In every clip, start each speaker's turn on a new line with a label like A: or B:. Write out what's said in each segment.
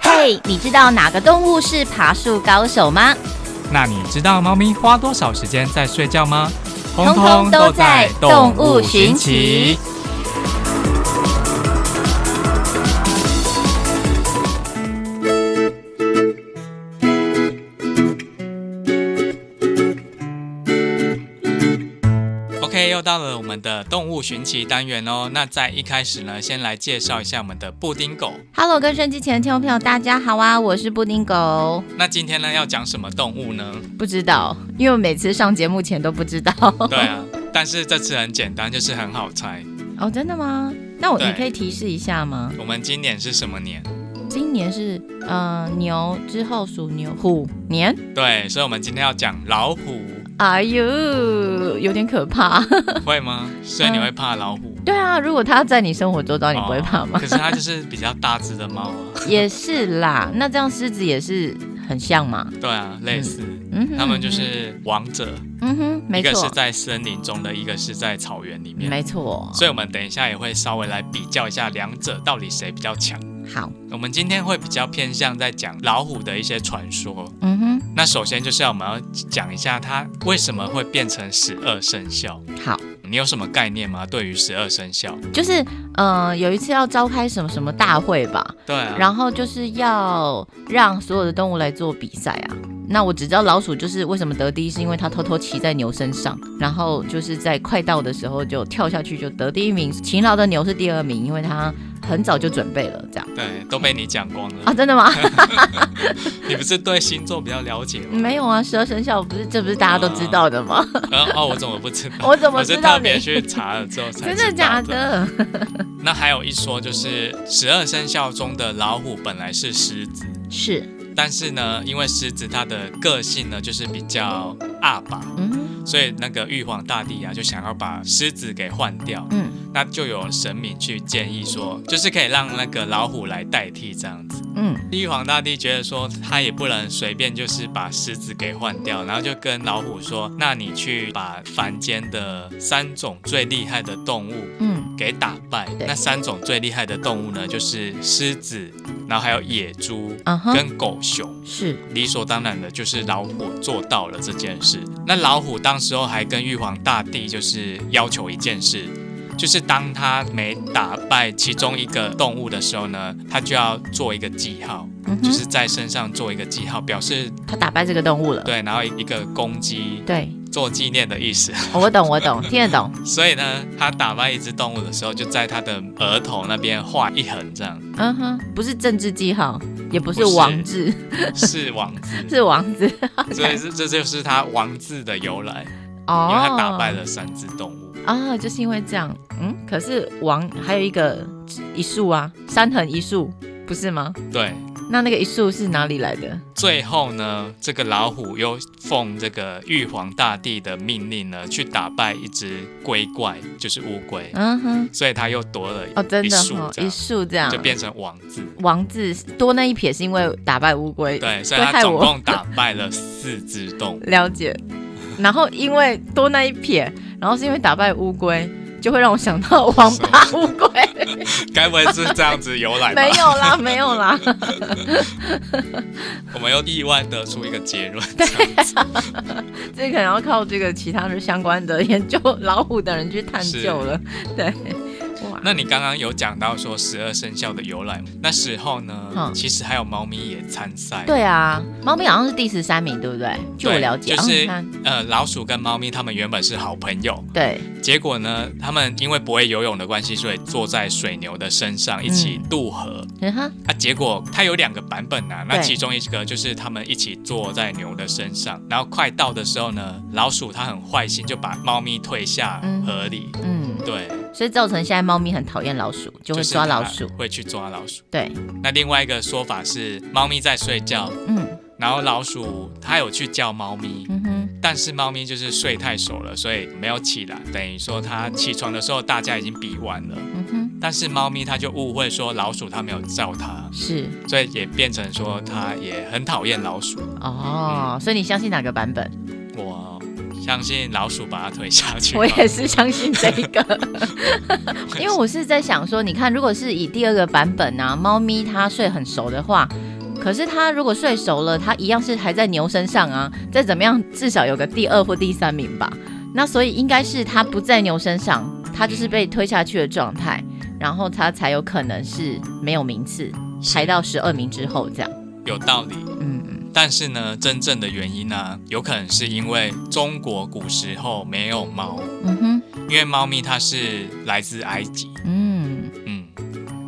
A: 嘿，你知道哪个动物是爬树高手吗？
B: 那你知道猫咪花多少时间在睡觉吗？
A: 通通都在动物寻奇。
B: OK，又到了我们的动物寻奇单元哦。那在一开始呢，先来介绍一下我们的布丁狗。
A: Hello，跟升机前的听众朋友，大家好啊，我是布丁狗。
B: 那今天呢，要讲什么动物呢？
A: 不知道，因为我每次上节目前都不知道。
B: 对啊，但是这次很简单，就是很好猜。
A: 哦，真的吗？那我
B: 对
A: 你可以提示一下吗？
B: 我们今年是什么年？
A: 今年是呃牛之后属牛虎年，
B: 对，所以我们今天要讲老虎，
A: 哎呦，有点可 怕。
B: 会吗？所以你会怕老虎？
A: 对啊，如果它在你生活周啊遭，你不会怕
B: 哦
A: 吗？
B: 可是它就是比较大只的猫啊。
A: 也是啦，那这样狮子也是很像嘛。
B: 对啊，类似，
A: 嗯哼，
B: 它们就是王者，
A: 嗯哼，
B: 一
A: 没
B: 个是
A: 错，
B: 在森林中的，一个是在草原里面。
A: 没错。
B: 所以我们等一下也会稍微来比较一下两者到底谁比较强。
A: 好，
B: 我们今天会比较偏向在讲老虎的一些传说。
A: 嗯哼，
B: 那首先就是要我们要讲一下它为什么会变成十二生肖。
A: 好，
B: 你有什么概念吗？对于十二生肖？
A: 就是呃，有一次要召开什么什么大会吧，
B: 对啊，
A: 然后就是要让所有的动物来做比赛啊。那我只知道老鼠就是为什么得第一，是因为它偷偷骑在牛身上，然后就是在快到的时候就跳下去就得第一名。勤劳的牛是第二名，因为它很早就准备了这 样
B: 对，都被你讲光了。
A: 啊，真的吗？
B: 你不是对星座比较了解吗？
A: 没有啊，十二生肖不是这不是大家都
B: 啊
A: 知道的吗？
B: 呃哦，我怎么不知 道？
A: 我怎么
B: 是
A: 知道
B: 特
A: 你
B: 别去查了之后才知道
A: 真的假？的？
B: 那还有一说就是十二生肖中的老虎本来是狮子，
A: 是，
B: 但是呢，因为狮子它的个性呢就是比较阿爸，
A: 嗯
B: 所以那个玉皇大帝啊就想要把狮子给换掉，
A: 嗯
B: 那就有神明去建议说，就是可以让那个老虎来代替这样子。
A: 嗯，
B: 玉皇大帝觉得说他也不能随便就是把狮子给换掉，然后就跟老虎说，那你去把凡间的三种最厉害的动物
A: 嗯
B: 给打败。
A: 对
B: 那三种最厉害的动物呢，就是狮子，然后还有野猪
A: 啊哈，
B: 跟狗熊。
A: 是，
B: 理所当然的，就是老虎做到了这件事。那老虎当时候还跟玉皇大帝就是要求一件事，就是当他每打败其中一个动物的时候呢，他就要做一个记号，
A: 嗯哼，
B: 就是在身上做一个记号，表示
A: 他打败这个动物了。
B: 对，然后一个公鸡
A: 对，
B: 做纪念的意思。
A: 我懂，我懂，听得懂。
B: 所以呢，他打败一只动物的时候，就在他的额头那边画一横，这样
A: 嗯哼，不是政治记号，也不是
B: 不是
A: 王字，
B: 是王字。
A: 是王 字。
B: 所以这这就是他王字的由来，因
A: 哦
B: 为他打败了三只动物。
A: 啊，就是因为这样。嗯，可是王还有一个一竖啊，三横一竖，不是吗？
B: 对，
A: 那那个一竖是哪里来的？
B: 最后呢，这个老虎又奉这个玉皇大帝的命令呢，去打败一只龟怪，就是乌龟，
A: 嗯哼，
B: 所以他又夺了
A: 哦，真
B: 一
A: 的
B: 束
A: 哈、哦，
B: 这
A: 一
B: 样，
A: 竖这样
B: 就。变成王字。
A: 王字多那一撇是因为打败乌龟，
B: 对，所以
A: 会
B: 他
A: 害
B: 总
A: 我
B: 共打败了四只动物。
A: 了解。然后因为多那一撇，然后是因为打败乌龟，就会让我想到王八乌 龟。
B: 该不会是这样子由来吧
A: 没？有啦，没有啦。
B: 我们又意外得出一个结论。
A: 这可能要靠这个其他的相关的研究老虎的人去探究了。对，哇，
B: 那你刚刚有讲到说十二生肖的由来，那时候呢，
A: 嗯
B: 其实还有猫咪也参赛。
A: 对啊，猫咪好像是第十三名，对不对？据我了解，
B: 就
A: 哦
B: 是
A: 你看
B: 呃，老鼠跟猫咪它们原本是好朋友，
A: 对，
B: 结果呢，他们因为不会游泳的关系，所以坐在水牛的身上一起渡河。
A: 嗯哼，
B: 啊，结果它有两个版本啊，那
A: 对
B: 其中一个就是他们一起坐在牛的身上，然后快到的时候呢，老鼠它很坏心，就把猫咪推下
A: 嗯
B: 河里。
A: 嗯，
B: 对，
A: 所以造成现在猫咪很讨厌老鼠，就会
B: 就是
A: 抓老
B: 它
A: 鼠。
B: 会去抓老鼠。
A: 对，
B: 那另外一个说法是，猫咪在睡觉，
A: 嗯
B: 然后老鼠它有去叫猫咪，
A: 嗯哼，
B: 但是猫咪就是睡太熟了，所以没有起来。等于说它起床的时候，大家已经比完了。
A: 嗯哼，
B: 但是猫咪它就误会说老鼠它没有叫它，
A: 是
B: 所以也变成说它也很讨厌老鼠。
A: 哦，所以你相信哪个版本？
B: 我相信老鼠把它推下去吧。
A: 我也是相信这一个， 因为我是在想说，你看，如果是以第二个版本啊，猫咪它睡很熟的话，可是它如果睡熟了，它一样是还在牛身上啊，再怎么样至少有个第二或第三名吧。那所以应该是它不在牛身上，它就是被推下去的状态，然后它才有可能是没有名次，排到十二名之后这样。
B: 有道理。
A: 嗯，
B: 但是呢，真正的原因呢、有可能是因为中国古时候没有猫，
A: 嗯哼，
B: 因为猫咪它是来自埃及。
A: 嗯，
B: 嗯，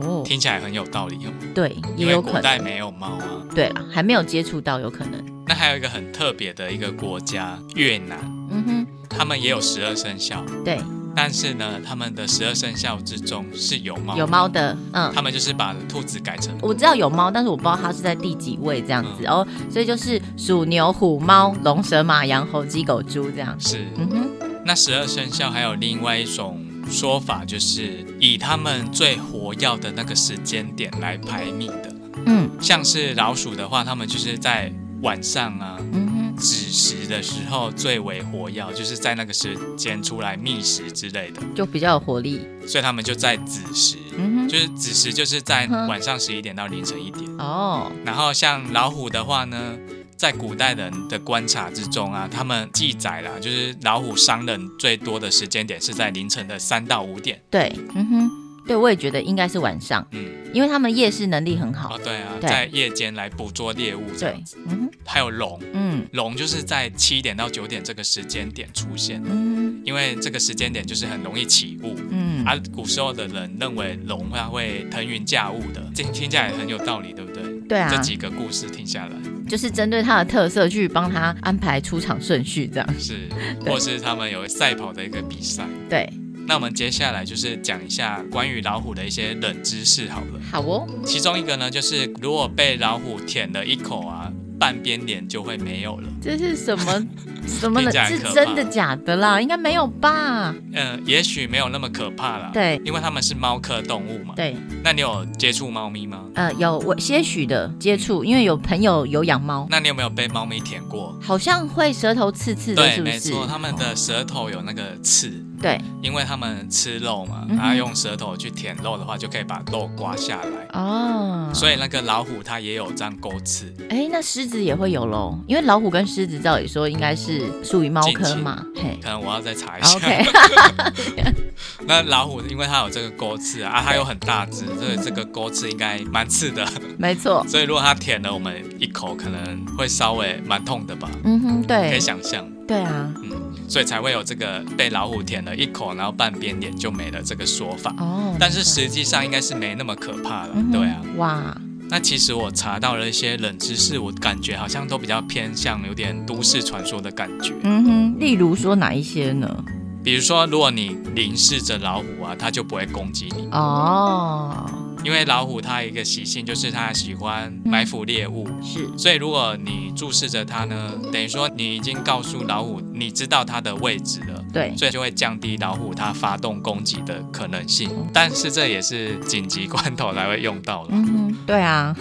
A: 哦，
B: 听起来很有道理哦。
A: 对，也
B: 因为
A: 有可
B: 古
A: 能。
B: 代没有猫啊。
A: 对啦，还没有接触到，有可能。
B: 那还有一个很特别的一个国家，越南，
A: 嗯哼，
B: 他们也有十二生肖，
A: 对，
B: 但是呢，他们的十二生肖之中是有猫，
A: 有，猫的，嗯。
B: 他们就是把兔子改成
A: 我知道有猫，但是我不知道它是在第几位这样子、
B: 嗯
A: 哦，所以就是鼠、牛、虎、猫、龙、蛇、马、羊、猴、鸡、狗、猪这样。
B: 是。
A: 嗯哼，
B: 那十二生肖还有另外一种说法，就是以他们最活跃的那个时间点来排命的。
A: 嗯
B: 像是老鼠的话，它们就是在晚上啊
A: 嗯哼，
B: 子时的时候最为活跃，就是在那个时间出来觅食之类的，
A: 就比较有活力。
B: 所以它们就在子时。
A: 嗯
B: 就是子时，就是在
A: 嗯
B: 晚上十一点到凌晨一点。
A: 哼，哦，
B: 然后像老虎的话呢，在古代人的观察之中啊，他们记载啦，就是老虎伤人最多的时间点是在凌晨的三到五点。
A: 对，嗯哼，对，我也觉得应该是晚上，
B: 嗯，
A: 因为他们夜视能力很好
B: 哦。对啊，
A: 对
B: 在夜间来捕捉猎物这
A: 对
B: 样子。，
A: 嗯
B: 还有龙，
A: 哼，嗯
B: 龙就是在七点到九点这个时间点出现，
A: 嗯
B: 因为这个时间点就是很容易起雾。
A: 嗯，
B: 啊，古时候的人认为龙它会腾云驾雾 的，这听起来很有道理，对不对？
A: 对啊
B: 这，几个故事听下来
A: 就是针对它的特色去帮它安排出场顺序这样。
B: 是，
A: 对
B: 或是他们有赛跑的一个比赛。
A: 对，
B: 那我们接下来就是讲一下关于老虎的一些冷知识好了。
A: 好哦，
B: 其中一个呢，就是如果被老虎舔了一口啊，半边脸就会没有了。
A: 这是什 么什么
B: 听
A: 的？
B: 起来
A: 是
B: 很可
A: 真的
B: 怕
A: 假的啦？应该没有吧？
B: 呃，也许没有那么可怕啦。，
A: 对
B: 因为它们是猫科动物嘛。
A: 对。
B: 那你有接触猫咪吗？
A: 呃，有我些许的接触，因为有朋友有养猫，
B: 那你有没有被猫咪舔过？
A: 好像会舌头刺刺的，
B: 对，
A: 是不
B: 没
A: 是？
B: 错，它们的舌头有那个刺，
A: 对
B: 因为它们吃肉嘛，
A: 嗯哼
B: 然后用舌头去舔肉的话，就可以把肉刮下来。
A: 哦，
B: 所以那个老虎它也有这样钩刺，
A: 哎，那狮子也会有喽，因为老虎跟狮子照理说应该是属于猫科嘛，嘿
B: 可能我要再查一下。
A: ，OK，
B: 那老虎因为它有这个钩刺啊，啊它又很大只，所以这个钩刺应该蛮刺的。
A: 没错，
B: 所以如果它舔了我们一口，可能会稍微蛮痛的吧，
A: 嗯哼，
B: 可以
A: 对，
B: 想象。
A: 对啊，
B: 嗯，所以才会有这个被老虎舔了一口，然后半边脸就没了这个说法。
A: 哦，
B: 但是
A: 难怪，
B: 实际上应该是没那么可怕了，
A: 嗯哼
B: 对啊。，
A: 哇，
B: 那其实我查到了一些冷知识，我感觉好像都比较偏向有点都市传说的感觉。
A: 嗯哼，例如说哪一些呢？
B: 比如说，如果你凝视着老虎啊，它就不会攻击你。
A: 哦，
B: 因为老虎它有一个习性就是它喜欢埋伏猎物，
A: 是，
B: 所以如果你注视着它呢，等于说你已经告诉老虎你知道它的位置了。
A: 对，
B: 所以就会降低老虎它发动攻击的可能性，但是这也是紧急关头才会用到了。
A: 嗯哼，对啊。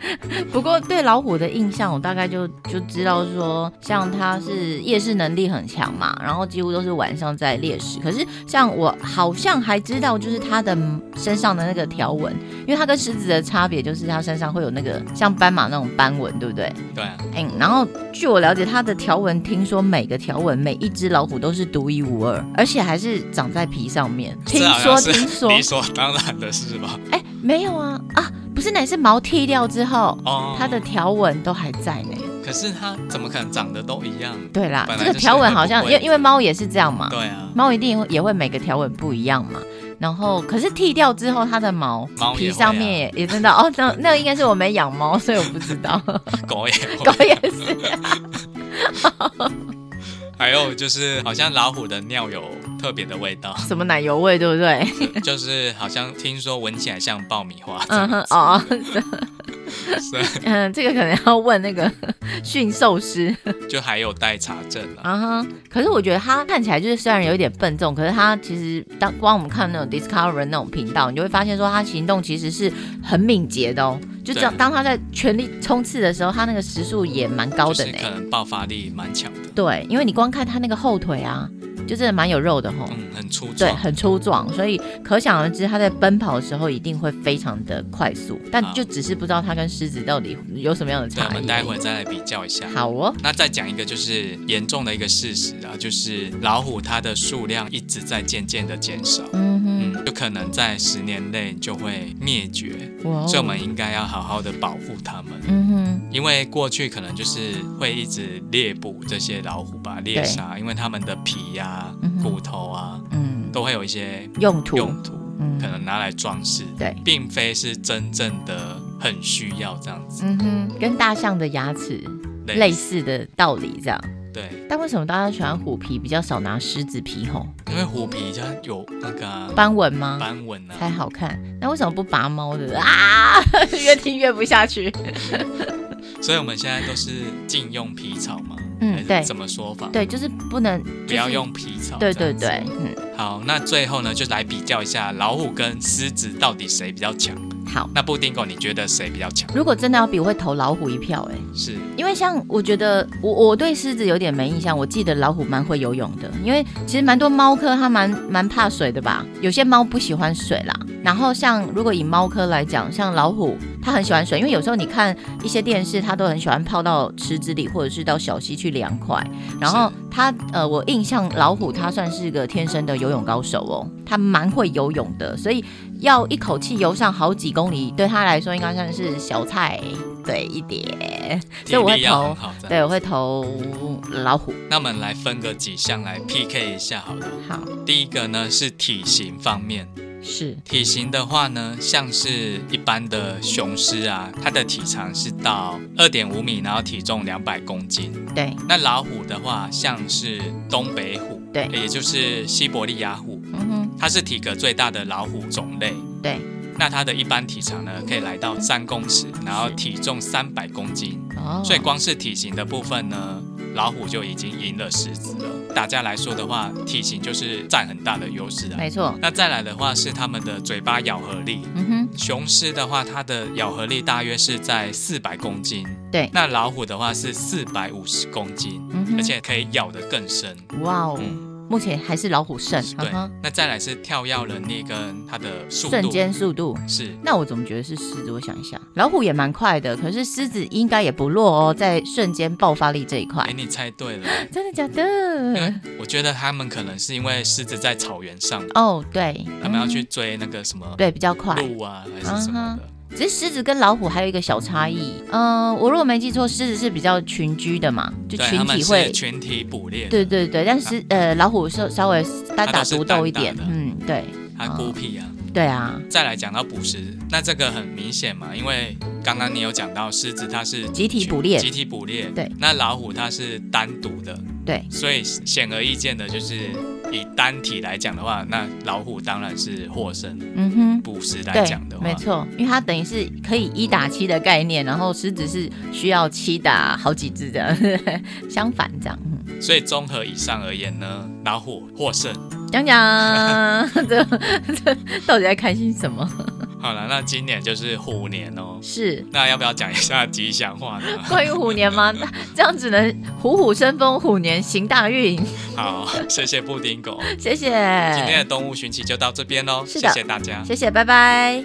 A: 不过对老虎的印象，我大概就就知道说，像它是夜视能力很强嘛，然后几乎都是晚上在猎食。可是像我好像还知道，就是它的身上的那个条纹，因为它跟狮子的差别就是它身上会有那个像斑马那种斑纹，对不对？
B: 对啊，
A: 嗯，然后据我了解，它的条纹听说每个条纹每一只老虎都是独一无二，而且还是长在皮上面。听
B: 这好
A: 说
B: 像是啊
A: 听 说，
B: 理所当然的事吧？
A: 哎，没有啊啊，不是奶是毛剃掉之后，
B: 哦，
A: 它的条纹都还在呢。
B: 可是它怎么可能长得都一样？
A: 对啦，
B: 本来
A: 这个
B: 就是
A: 条纹好
B: 会
A: 像，
B: 不
A: 因
B: 会
A: 为因为猫也是这样嘛，
B: 对啊，
A: 猫一定也会每个条纹不一样嘛。然后，可是剃掉之后，它的毛
B: 猫也
A: 皮
B: 会
A: 上
B: 啊
A: 面也也真的哦，那那应该是我没养猫，所以我不知 道。
B: 狗也会
A: 嗯狗也是，
B: 还有就是，好像老虎的尿有特别的味道，
A: 什么奶油味，对不对？
B: 就是好像听说闻起来像爆米花这
A: 嗯哼
B: 样，子。
A: 哦，
B: 所以
A: 嗯，这个可能要问那个驯兽师。
B: 就还有待查证了。
A: 啊哈！可是我觉得它看起来就是虽然有一点笨重，可是它其实当光我们看那种 Discovery 那种频道，你就会发现说它行动其实是很敏捷的哦。就这样，
B: 对
A: 当它在全力冲刺的时候，它那个时速也蛮高
B: 就
A: 的
B: 是
A: 呢。
B: 可能爆发力蛮强的，
A: 对，因为你光看它那个后腿啊，就是蛮有肉的吼。
B: 嗯，很粗
A: 对，
B: 壮，
A: 很粗壮，所以可想而知，它在奔跑的时候一定会非常的快速，但
B: 好
A: 就只是不知道它跟狮子到底有什么样的
B: 对，我
A: 差
B: 们
A: 异。
B: 待会再来比较一下。
A: 好哦，
B: 那再讲一个就是严重的一个事实啊，就是老虎它的数量一直在渐渐的减少，
A: 嗯
B: 嗯，有可能在十年内就会灭绝，
A: 哼，哇哦
B: 所以我们应该要好好的保护它们，
A: 嗯哼，
B: 因为过去可能就是会一直猎捕这些老虎吧，猎杀，因为它们的皮呀、
A: 嗯哼
B: 骨头啊，
A: 嗯，
B: 都会有一些
A: 用途，
B: 用途，
A: 嗯
B: 可能拿来装饰，
A: 对，
B: 并非是真正的很需要这样子，
A: 嗯哼，跟大象的牙齿类似的道理这样。
B: 对。
A: 但为什么大家喜欢虎皮，比较少拿狮子皮吼？
B: 因为虎皮它有那个啊
A: 斑纹吗？
B: 斑纹
A: 才
B: 啊，
A: 好看，那为什么不拔猫的啊？ 越听越不下去。
B: 所以我们现在都是禁用皮草嘛，
A: 嗯
B: 还是
A: 对
B: 怎么说法？
A: 对，就是不能，
B: 不要。用皮草。
A: 对
B: 这
A: 对
B: 样
A: 对，。
B: 子
A: 嗯，
B: 好，那最后呢，就来比较一下老虎跟狮子到底谁比较强。
A: 好。
B: 那布丁狗，你觉得谁比较强？
A: 如果真的要比，我会投老虎一票哎、
B: 是
A: 因为像我觉得我我对狮子有点没印象，我记得老虎蛮会游泳的，因为其实蛮多猫科它蛮蛮怕水的吧，有些猫不喜欢水啦。然后像如果以猫科来讲，像老虎它很喜欢水，因为有时候你看一些电视，它都很喜欢泡到池子里或者是到小溪去凉快。然后它呃，我印象老虎它算是个天生的游泳高手哦，它蛮会游泳的，所以要一口气游上好几公里，对它来说应该算是小菜，对一点。
B: 体
A: 所以我会
B: 力要
A: 投
B: 很好。这样
A: 对，我会投老虎。
B: 那我们来分个几项来 PK 一下好了。
A: 好，
B: 第一个呢是体型方面，
A: 是，
B: 体型的话呢，像是一般的雄狮啊，它的体长是到二点五米，然后体重两百公斤。
A: 对，
B: 那老虎的话，像是东北虎，
A: 对
B: 也就是西伯利亚虎，
A: 嗯哼，
B: 它是体格最大的老虎种类。
A: 对，
B: 那它的一般体长呢，可以来到三公尺，然后体重三百公斤。
A: 哦，
B: 所以光是体型的部分呢，老虎就已经赢了狮子了。打架来说的话，体型就是占很大的优势啊。
A: 没错，
B: 那再来的话是它们的嘴巴咬合力，
A: 嗯哼，
B: 雄狮的话，它的咬合力大约是在四百公斤，
A: 对，
B: 那老虎的话是四百五十公斤，
A: 嗯哼，
B: 而且可以咬得更深。
A: 哇哦，
B: 嗯
A: 目前还是老虎胜，啊
B: 对
A: 哈，，
B: 那再来是跳跃能力跟它的速
A: 瞬
B: 度，
A: 间速度。
B: 是
A: 那我总觉得是狮子，我想一下，老虎也蛮快的，可是狮子应该也不弱哦，在瞬间爆发力这一块
B: 哎，，你猜对了。
A: 真的假
B: 因为
A: 的？
B: 我觉得他们可能是因为狮子在草原上，
A: 哦，对，
B: 他们要
A: 嗯
B: 去哦追那个什么
A: 对嗯比较快，
B: 鹿啊，还是什么的。
A: 只是狮子跟老虎还有一个小差异，嗯、我如果没记错，狮子是比较群居的嘛，就
B: 对，
A: 群
B: 他们
A: 体
B: 是
A: 会
B: 群体捕猎，
A: 对对对，但是呃，老虎是稍微单
B: 嗯它
A: 打
B: 都是
A: 独斗一
B: 单打
A: 点
B: 的，
A: 嗯，对
B: 它孤僻啊。
A: 对啊，
B: 再来讲到捕食，那这个很明显嘛，因为刚刚你有讲到狮子它是
A: 集体捕猎
B: 集体捕猎，
A: 对。
B: 那老虎它是单独的，
A: 对，
B: 所以显而易见的就是以单体来讲的话，那老虎当然是获胜。
A: 嗯哼，
B: 捕食来
A: 对
B: 讲的，话
A: 没，错，因为它等于是可以一打七的概念，然后狮子是需要七打好几只的， 相反这样。嗯
B: 所以综合以上而言呢，老虎获胜。
A: 讲讲， 这这到底在开心什么？
B: 好了，那今年就是虎年哦。
A: 是
B: 那要不要讲一下吉祥话 呢？
A: 关于虎年吗？那这样只能虎虎生风，虎年行大运。
B: 好，谢谢布丁狗。
A: 谢谢，
B: 今天的动物寻奇就到这边喽，
A: 哎是
B: 谢
A: 的
B: 谢大家。
A: 谢谢，拜拜。